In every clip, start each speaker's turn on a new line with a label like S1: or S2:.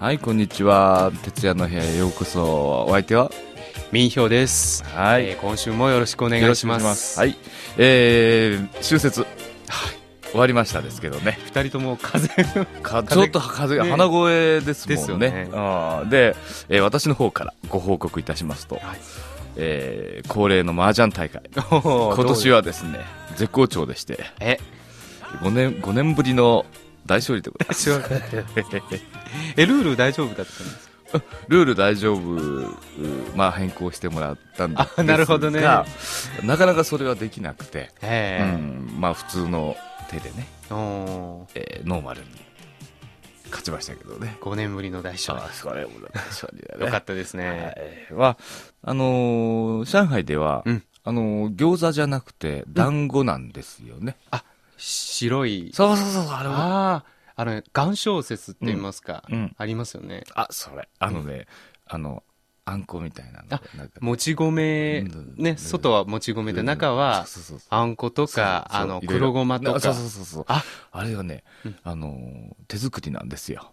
S1: はい、こんにちは。徹夜の部屋へようこそ。お相手は
S2: 民票です。
S1: は
S2: えー今週もよろしくお願いします。
S1: はい。えー、春節。はい。終わりましたですけどね。
S2: 二人とも風邪
S1: かち
S2: 風
S1: ょっと風が
S2: ね
S1: 鼻声です
S2: です
S1: も
S2: よ
S1: んね。
S2: ね
S1: うんで、えー私の方からご報告いたしますと、
S2: はい
S1: えー恒例の麻雀大会。
S2: 今
S1: 今年
S2: は
S1: はですね、絶好調でして、
S2: え
S1: 5年、五年ぶりの大勝利でございます。
S2: えルール大丈夫だったんですか
S1: ルール大丈夫、うまあ変更してもらったんです
S2: あ
S1: が、
S2: なるほどね
S1: なかなかそれはできなくて、
S2: え
S1: う
S2: え
S1: ん、まあ普通の手でね、
S2: お
S1: えーノーマルに勝ちましたけどね。
S2: 5年ぶりの大勝
S1: ああ、それも大勝利だ
S2: 利よかったですね
S1: はいは、あのー上海では、
S2: うん
S1: あのー餃子じゃなくて団子なんですよね。
S2: 白い
S1: そうそうそう、あれは。
S2: あああの岩小説って言いますか
S1: うん。
S2: ありますよね
S1: あ、それ。あのね、あの、あんこみたいなの。
S2: あ
S1: なんか
S2: もち米
S1: うん
S2: ね外はもち米で中は
S1: そうそうそう
S2: あんことか
S1: そう
S2: あの
S1: いろいろ
S2: 黒ごまと
S1: あそう
S2: か
S1: そうそうそうあ
S2: あ
S1: れはね、
S2: うん
S1: あのー手作りなんですよ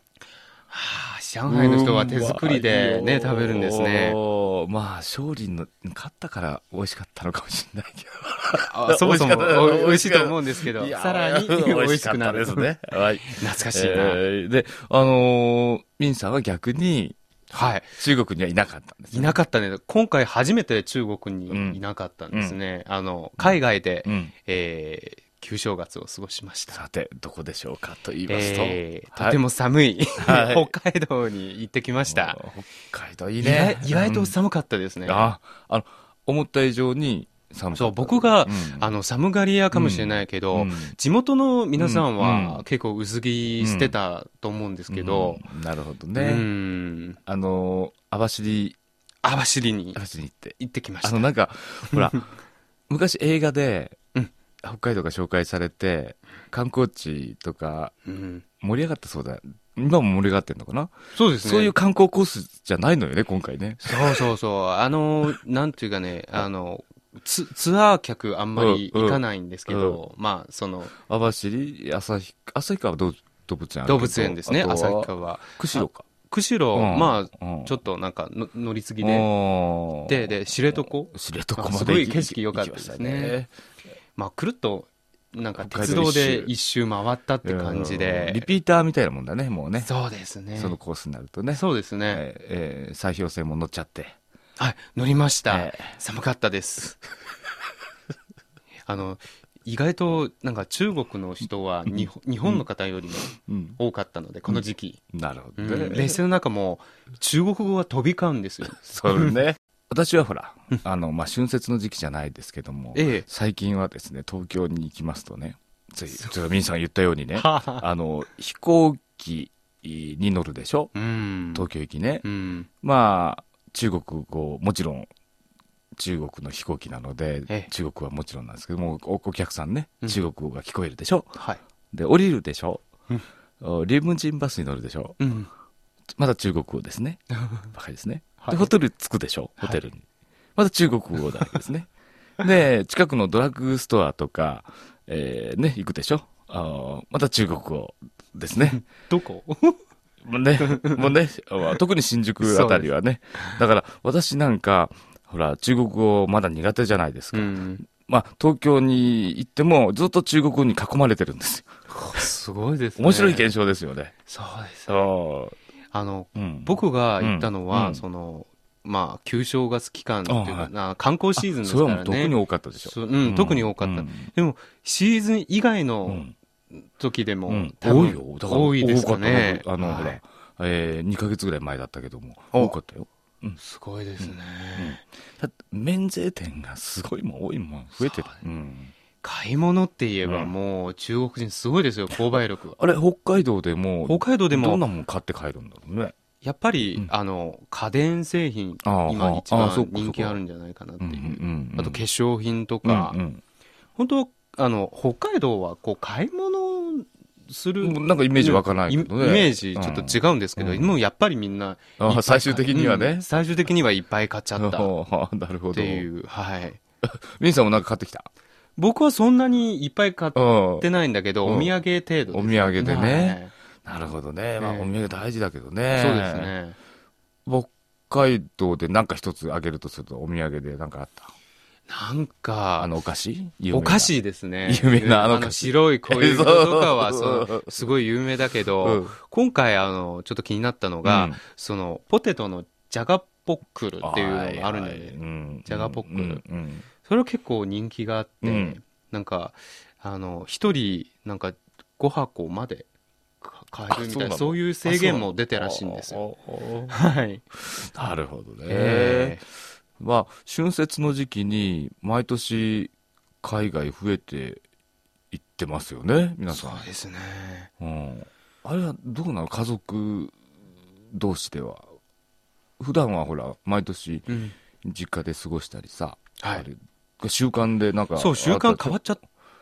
S2: はあ上海の人は手作りでね
S1: うわ
S2: 食べるんですね
S1: おーまあ勝利の勝ったから美味しかったのかもしれないけ
S2: あそもそも
S1: 美味しかった
S2: お美味しいと思うんですけ
S1: ど
S2: ど、さらに
S1: いや
S2: 美味しくなる。
S1: 美味しかったですねはい
S2: 懐か
S1: え
S2: しいな。
S1: ーであのー、ミンさんは逆に
S2: はい。
S1: 中国にはいなかったんです
S2: い
S1: よ
S2: なかったね。今回初めて中国にいなかったんですね。あの、海外で、
S1: うん、
S2: えー旧正月を過ごしました。
S1: さてどこでしょうかと言いますと、
S2: えー
S1: はい
S2: とても寒い、
S1: はい
S2: 北海道に行ってきました。
S1: 北海道いいね
S2: 意外意外と
S1: うん
S2: 寒かったですね。
S1: ああの思った以上に寒かった
S2: そう、僕が、
S1: うん
S2: あの、寒がり屋かもしれないけど、
S1: うん
S2: 地元の皆さん
S1: うんうん
S2: は結構薄着してたと思うんですけど、
S1: うんなるほど
S2: う
S1: ね、
S2: ん、
S1: あの網走
S2: 網走に
S1: 網走に行って
S2: 行ってきまし
S1: あ
S2: た
S1: の。なんかほら昔映画で、
S2: うん
S1: 北海道が紹介されて観光地とか
S2: うん
S1: 盛り上がったそうだ今も盛り上がってんのかな、
S2: そうですね。
S1: そういう観光コースじゃないのよね今回ね
S2: そうそうそう。あの、なんていうかね、あの、ツツアー客あんまり行かないんですけど、まあ、その、
S1: 網走旭旭川はどう動物園あるけど
S2: 動物園ですね、
S1: あとは
S2: 旭川。
S1: 釧路か、
S2: 釧路、まあ、
S1: あ、
S2: ちょ
S1: っ
S2: っとなんかの乗り継ぎで、
S1: と
S2: で、で、知床
S1: 知床まで
S2: あすごい景色良かったですね
S1: 行きました
S2: まあ、くるっと、なんか
S1: 北海
S2: 鉄
S1: 道
S2: 道
S1: 一周
S2: で一周回ったって感じ
S1: うんリ
S2: で、
S1: ピーターみたいなもんだね、もうね。
S2: そうですね。
S1: そのコースになるとね。
S2: そうですね。
S1: えーえー砕氷船も乗っちゃって。
S2: はい、乗りました。
S1: え
S2: 寒かったです。 あの、意外となんか中国の人は日本日本の方よりも
S1: うん。
S2: 多かったので、この時期。
S1: なるほど
S2: うん
S1: ね。
S2: 列車の中も中国語が飛び交うんですよ。
S1: それ ね。私はほら、あの、まあ、春節の時期じゃないですけども、
S2: え
S1: 最近はですね、東京に行きますとね、つい、ちょっとミンさんが言ったように
S2: え。
S1: ね、
S2: はは
S1: あの、飛行機に乗るでしょ
S2: うん。
S1: 東京行きね。
S2: うん。
S1: まあ、中国語、もちろん、中国の飛行機なので、
S2: ええ
S1: 中国はもちろんなんですけども、おお客さんね、
S2: うん
S1: 中国語が聞こえるでしょ、
S2: はい。
S1: で、降りるでしょ
S2: うん
S1: おリムジンバスに乗るでしょ
S2: うん。
S1: まだ中国語です ね。ばかりですね。
S2: はい
S1: で、ホテル着くでしょホテルに。まだ中国語だらけです ね。で、近くのドラッグストアとか、えー、ね、行くでしょあーまた中国語ですね。
S2: どこ
S1: もうね、もうね、あ特に新宿あたりはね。だから、私なんか、ほら、中国語まだ苦手じゃないですか。
S2: うん。
S1: まあ、東京に行っても、ずっと中国語に囲まれてるんですよ。
S2: すごいですね。
S1: 面白い現象ですよね。
S2: そうです。
S1: そ
S2: あの、
S1: う。うん。
S2: 僕が行ったのは、
S1: うん
S2: その、まあ、旧正月期間っていう
S1: あは
S2: か
S1: い
S2: な、観光シーズンです
S1: そ
S2: か
S1: れ
S2: ら
S1: はも
S2: ね。
S1: う特に多かったでしょ。
S2: そううん、特に多かった。でも、シーズン以外
S1: う
S2: の
S1: ん
S2: 時でも、
S1: うん
S2: 多分
S1: 多いよ。だから
S2: 多いですかね。
S1: 多かったあの、
S2: はい
S1: ほら、えー、2ヶ月ぐらい前だったけども、
S2: お
S1: 多かったよ。
S2: すごいですね。
S1: だって免税店がすごいもん、多いもん、増えてる
S2: そう。
S1: うん
S2: 買い物って言えば
S1: うん。
S2: もう中国人すごいですよ、購買力が
S1: あれ、北海道でも、
S2: 北海道で
S1: どん
S2: も、
S1: なもん買って帰るんだろうね。
S2: やっぱり、
S1: うん
S2: あの、家電製品、
S1: ああ
S2: 今一
S1: ああそっ
S2: 番
S1: か
S2: 人気
S1: そっか
S2: あるんじゃないかなって
S1: う
S2: い
S1: ん
S2: う。
S1: うんうん
S2: あと化粧品と
S1: うん
S2: か、
S1: うん
S2: 本当あの、北海道はこう、買い物する、
S1: なんかイメージ湧かないけ
S2: イイメ
S1: どね。
S2: ージちょっと違うんですけど、
S1: うん
S2: もうやっぱりみんな、
S1: うんあ
S2: いっぱい買
S1: ー
S2: い
S1: 最終的には
S2: う
S1: ね
S2: ん。最終的にはいっぱい買っち
S1: あ
S2: ゃった。
S1: ー なるほど。
S2: ってい
S1: ミ
S2: う、はい。
S1: ンさんもなんか買ってきた。
S2: 僕はそんなにいっぱい買っ
S1: うん。
S2: てないんだけど、
S1: うん
S2: お土産程度です
S1: お土産でね
S2: は
S1: な
S2: い
S1: るほどね。まあ、
S2: ええ
S1: お土産大事だけどね。
S2: そうです。ね。
S1: 北海道でなんか一つあげるとすると、お土産でなんかあった。
S2: なん
S1: あ
S2: か、
S1: のお菓子
S2: お菓
S1: 有
S2: 子ですね。
S1: 有名なあの菓子
S2: 白い恋人とかは、
S1: そう
S2: そのすごい有名だけど、
S1: うん
S2: 今回、あの、ちょっと気になったの
S1: 名な
S2: が、その、ポテトのジャガポックルっていうのがあるんだよね。
S1: ね
S2: ジャガポックル
S1: うん。
S2: それは結構人気があって、
S1: うん
S2: なんか、あの、一人、なんか、5箱までか買えるみ
S1: あそ
S2: たいな
S1: うなの
S2: そういう制限も出てらしいんですよ。
S1: よ。
S2: はい。
S1: なるほどね。
S2: え
S1: まあ、春節の時期に、毎年、海外増えていってますよね、
S2: え
S1: 皆
S2: そ
S1: さ
S2: うですね。
S1: ん。うん。あれはどうなの家族同士では。普段はほら、毎年、
S2: うん。
S1: 実家で過ごしたりさ。
S2: はい
S1: あれが習慣で、なんか。
S2: そう、習慣変わ
S1: っ
S2: っちゃっ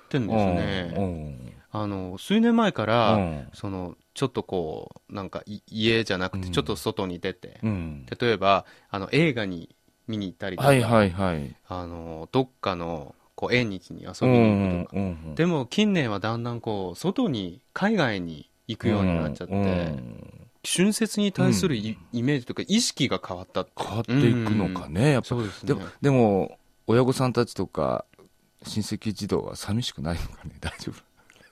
S2: てんですね。
S1: ね。
S2: あの、数年前か
S1: う
S2: ら、
S1: ん。
S2: その、ちょっとこう、なんかい、家じゃなく
S1: う
S2: て、
S1: ん
S2: ちょっと外に出て、
S1: うん。
S2: 例えば、あの、映画に見に行ったりとか、
S1: はいはいはい。
S2: あの、どっかの、こう、縁日に遊
S1: う
S2: びに行くとか、
S1: んうん。
S2: でも近年はだんだんこう外に海外に行くようになっちゃって、
S1: うんうん
S2: 春節に対するイ,、メージというか意識が変わった
S1: 変わっていくのかね、やっぱ
S2: そうです
S1: で
S2: ね
S1: もでも親御さんたちとか親戚児童は寂しくないのかね 大丈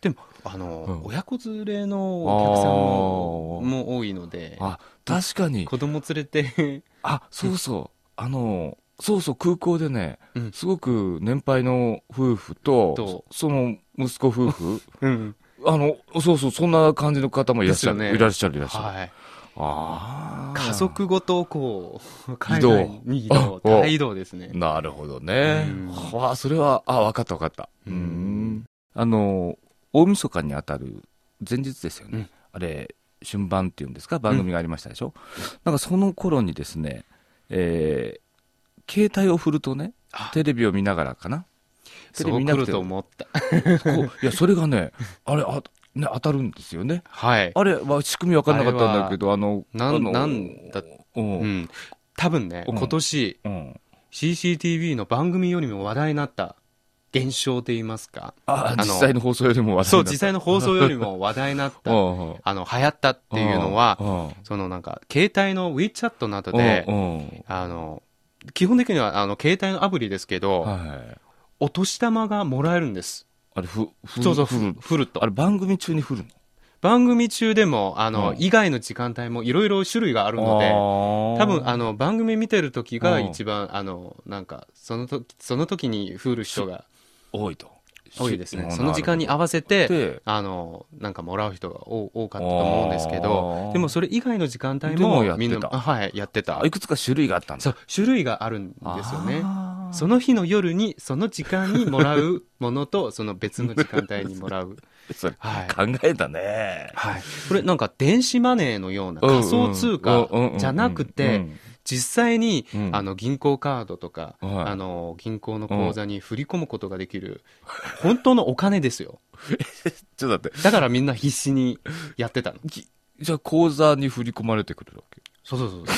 S1: 夫
S2: あの、
S1: うん
S2: 親子連れのお客さんも
S1: あー
S2: も多いので
S1: あ確かに
S2: 子供連れ て
S1: あそうそうあのそうそう空港でね、
S2: うん
S1: すごく年配の夫婦と
S2: と
S1: そその息子夫婦
S2: うん
S1: あのそうそうそんな感じの方もいらっしゃる、
S2: ですよね
S1: いらっしゃるいらっしゃる、
S2: はい
S1: ああ
S2: 家族ごとこう
S1: 移
S2: 海
S1: 動
S2: 外に移動
S1: あお
S2: 大移動ですね
S1: なるほどね
S2: うん。
S1: はあ、それは、あ、わかったわかった。
S2: うん
S1: うんあの、大晦日にあたる前日ですよね。
S2: うん
S1: あれ、春晩っていうんですか、番組がありましたでしょ。なんかその頃にですね、えー携帯を振るとね
S2: あ、
S1: テレビを見ながらかな。テレビ
S2: そう
S1: 見な
S2: 来
S1: く
S2: る
S1: て
S2: と思った
S1: こういや、それがね、あれ、あね、当たるんですよね。
S2: はい
S1: あれは仕組み分かんなかったんだけど、あの、
S2: な
S1: あの
S2: んなんだ
S1: うん
S2: うん多分ね、
S1: うん
S2: 今年
S1: うん。
S2: CCTV の番組よりも話題になった現象といいますか、
S1: あ、
S2: の
S1: 実際の放送よりも話
S2: そ
S1: 題にな
S2: う、
S1: っ
S2: 実
S1: た
S2: 際の放送よりも話題になっ た、
S1: うんうん
S2: あの、流行ったっていうのは、
S1: うんうん
S2: そのなんか、携帯の WeChat などで、
S1: うん
S2: あの、基本的には、あの、携帯のアプリですけ
S1: うん
S2: ど、
S1: はい、
S2: お年玉がもらえるんです。
S1: あれふふ
S2: そうそう、
S1: ふる
S2: ふる
S1: あ
S2: と。
S1: れ番組中に降るの
S2: 番組中でも、あ
S1: う
S2: の
S1: ん、
S2: 以外の時間帯もいろいろ種類があるので、多分、あの、番組見てる時が一番、あの、なんか、その時、その時に振る人が
S1: 多いと
S2: 多いですね。その時間に合
S1: わ
S2: わせて、
S1: て
S2: あの、なんかもらう人が多多かったと思うんですけ
S1: あー
S2: ど、でもそれ以外の時間帯
S1: でもやってた
S2: もみんな、あはい、やってた
S1: あい。くつか種類があったんだ
S2: そう、種類があるんですよね。
S1: あー
S2: その日の夜に、その時間にもらうものと、その別の時間帯にもらう。
S1: それ考
S2: はい。
S1: えたね
S2: はい。これなんか電子マネーのような仮想通貨じゃなくて、実際に
S1: うん
S2: あの銀行カードとか、
S1: はい
S2: あの銀行の口座に振り込むことができる、本当のお金ですよ。
S1: ちょっと待っ
S2: だからみんな必死にやってたの。
S1: てぎじゃあ口座に振り込まれてくれるわけ
S2: そうそうそうそう。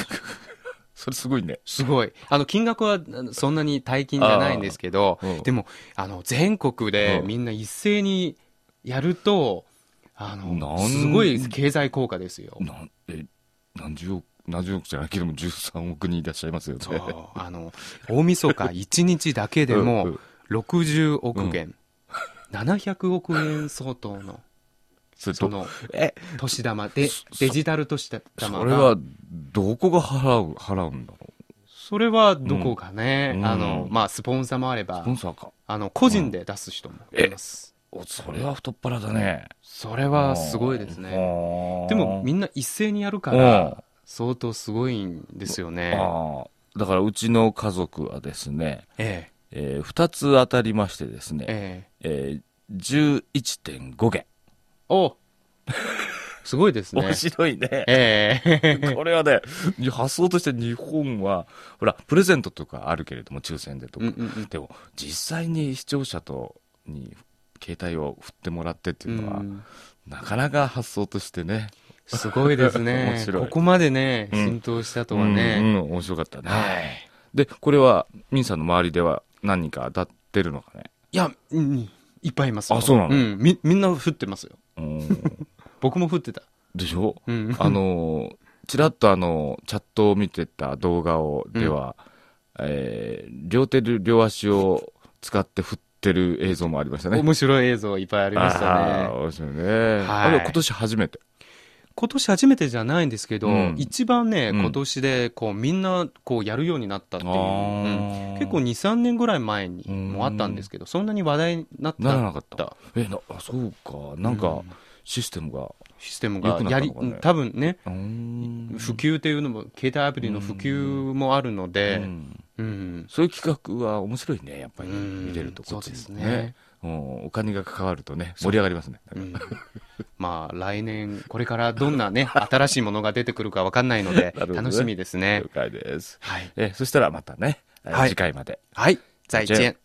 S1: それすごいね
S2: すごい。あの、金額はあのそんなに大金じゃないんですけど
S1: あーうん、
S2: でも、あの、全国で
S1: うん
S2: みんな一斉にやると、あ
S1: な
S2: の、
S1: ん
S2: すごい経済効果ですよ。
S1: なんえ何十億何十億じゃないけども13億人いらっしゃいますよね
S2: そう。あの、大晦日1日だけで
S1: うんう
S2: も
S1: ん、
S2: 60億元、700億円相当の、
S1: それと
S2: その、
S1: え
S2: 年玉で
S1: そ、
S2: デジタル年玉が。
S1: それはどこが払う払うんだろう
S2: それはどこかね、
S1: うん
S2: あの、まあ、スポンサーもあれば
S1: スポ、ンサーか
S2: あの、個人で出す人もいます。
S1: おそれは太っ腹だね
S2: それはすごいですね。
S1: ね
S2: でもみんな一斉にやるか
S1: うん
S2: ら、相当すごいんですよね。
S1: ああだからうちの家族はですね、
S2: え
S1: え2つ当たりましてです
S2: え、
S1: ね、
S2: ええ。
S1: えー、11.5元。
S2: おすごいですね。
S1: 面白いね。
S2: え え。
S1: これはね、発想として日本は、ほら、プレゼントとかあるけれども、抽選でと
S2: うん
S1: か。
S2: うんうん
S1: でも、実際に視聴者と、に、携帯を振ってもらってっていうのは、
S2: うん
S1: なかなか発想としてね。
S2: すごいです
S1: 面
S2: ね。
S1: 白い
S2: ここまでね、
S1: うん
S2: 浸透したとはね。
S1: うんうん面白かったね。
S2: はい。
S1: で、これは、ミンさんの周りでは何人か当たってるのかね。
S2: いや、うんいっぱいいますよ。
S1: あそうなの
S2: ん。み、みんな降ってますよ。
S1: うん
S2: 僕も降ってた。
S1: でし ょ
S2: うん。
S1: あの、ちらっとあの、チャットを見てた動画を、では、えー両手で両足を使って振ってる映像もありましたね。
S2: 面白い映像いっぱいありました
S1: あー
S2: ね。
S1: 面白いね。
S2: はい
S1: あれは今年初めて。
S2: 今年初めてじゃないんですけど、
S1: うん
S2: 一番ね、
S1: うん
S2: 今年で、こう、みんな、こう、やるようになったっていう。うん結構2、
S1: に
S2: 3年ぐらい前に
S1: うん
S2: もあったんですけど、そんなに話題になっ
S1: なら
S2: た
S1: なかった。え、な、あそうか。なん
S2: う
S1: か
S2: ん、
S1: システムが。
S2: システムが
S1: 良くな
S2: や
S1: った
S2: り、
S1: のかね
S2: 多分ね、
S1: うーん
S2: 普及っていうのも、携帯アプリの普及もあるの
S1: う
S2: で、
S1: ん
S2: うん。
S1: そういう企画は面白いね、やっぱり。
S2: うん
S1: 見れるとこっち
S2: そうです
S1: に
S2: ね
S1: ね。うんお金が関わるとね、盛り上がりますね。
S2: うんまあ、来年、これからどんな ね、新しいものが出てくるかわかんないの
S1: な
S2: で、
S1: るほどね
S2: 楽しみですね
S1: 了。解です。
S2: はい。
S1: え、そしたらまたね、え
S2: はい
S1: 次回まで。
S2: はい。再见。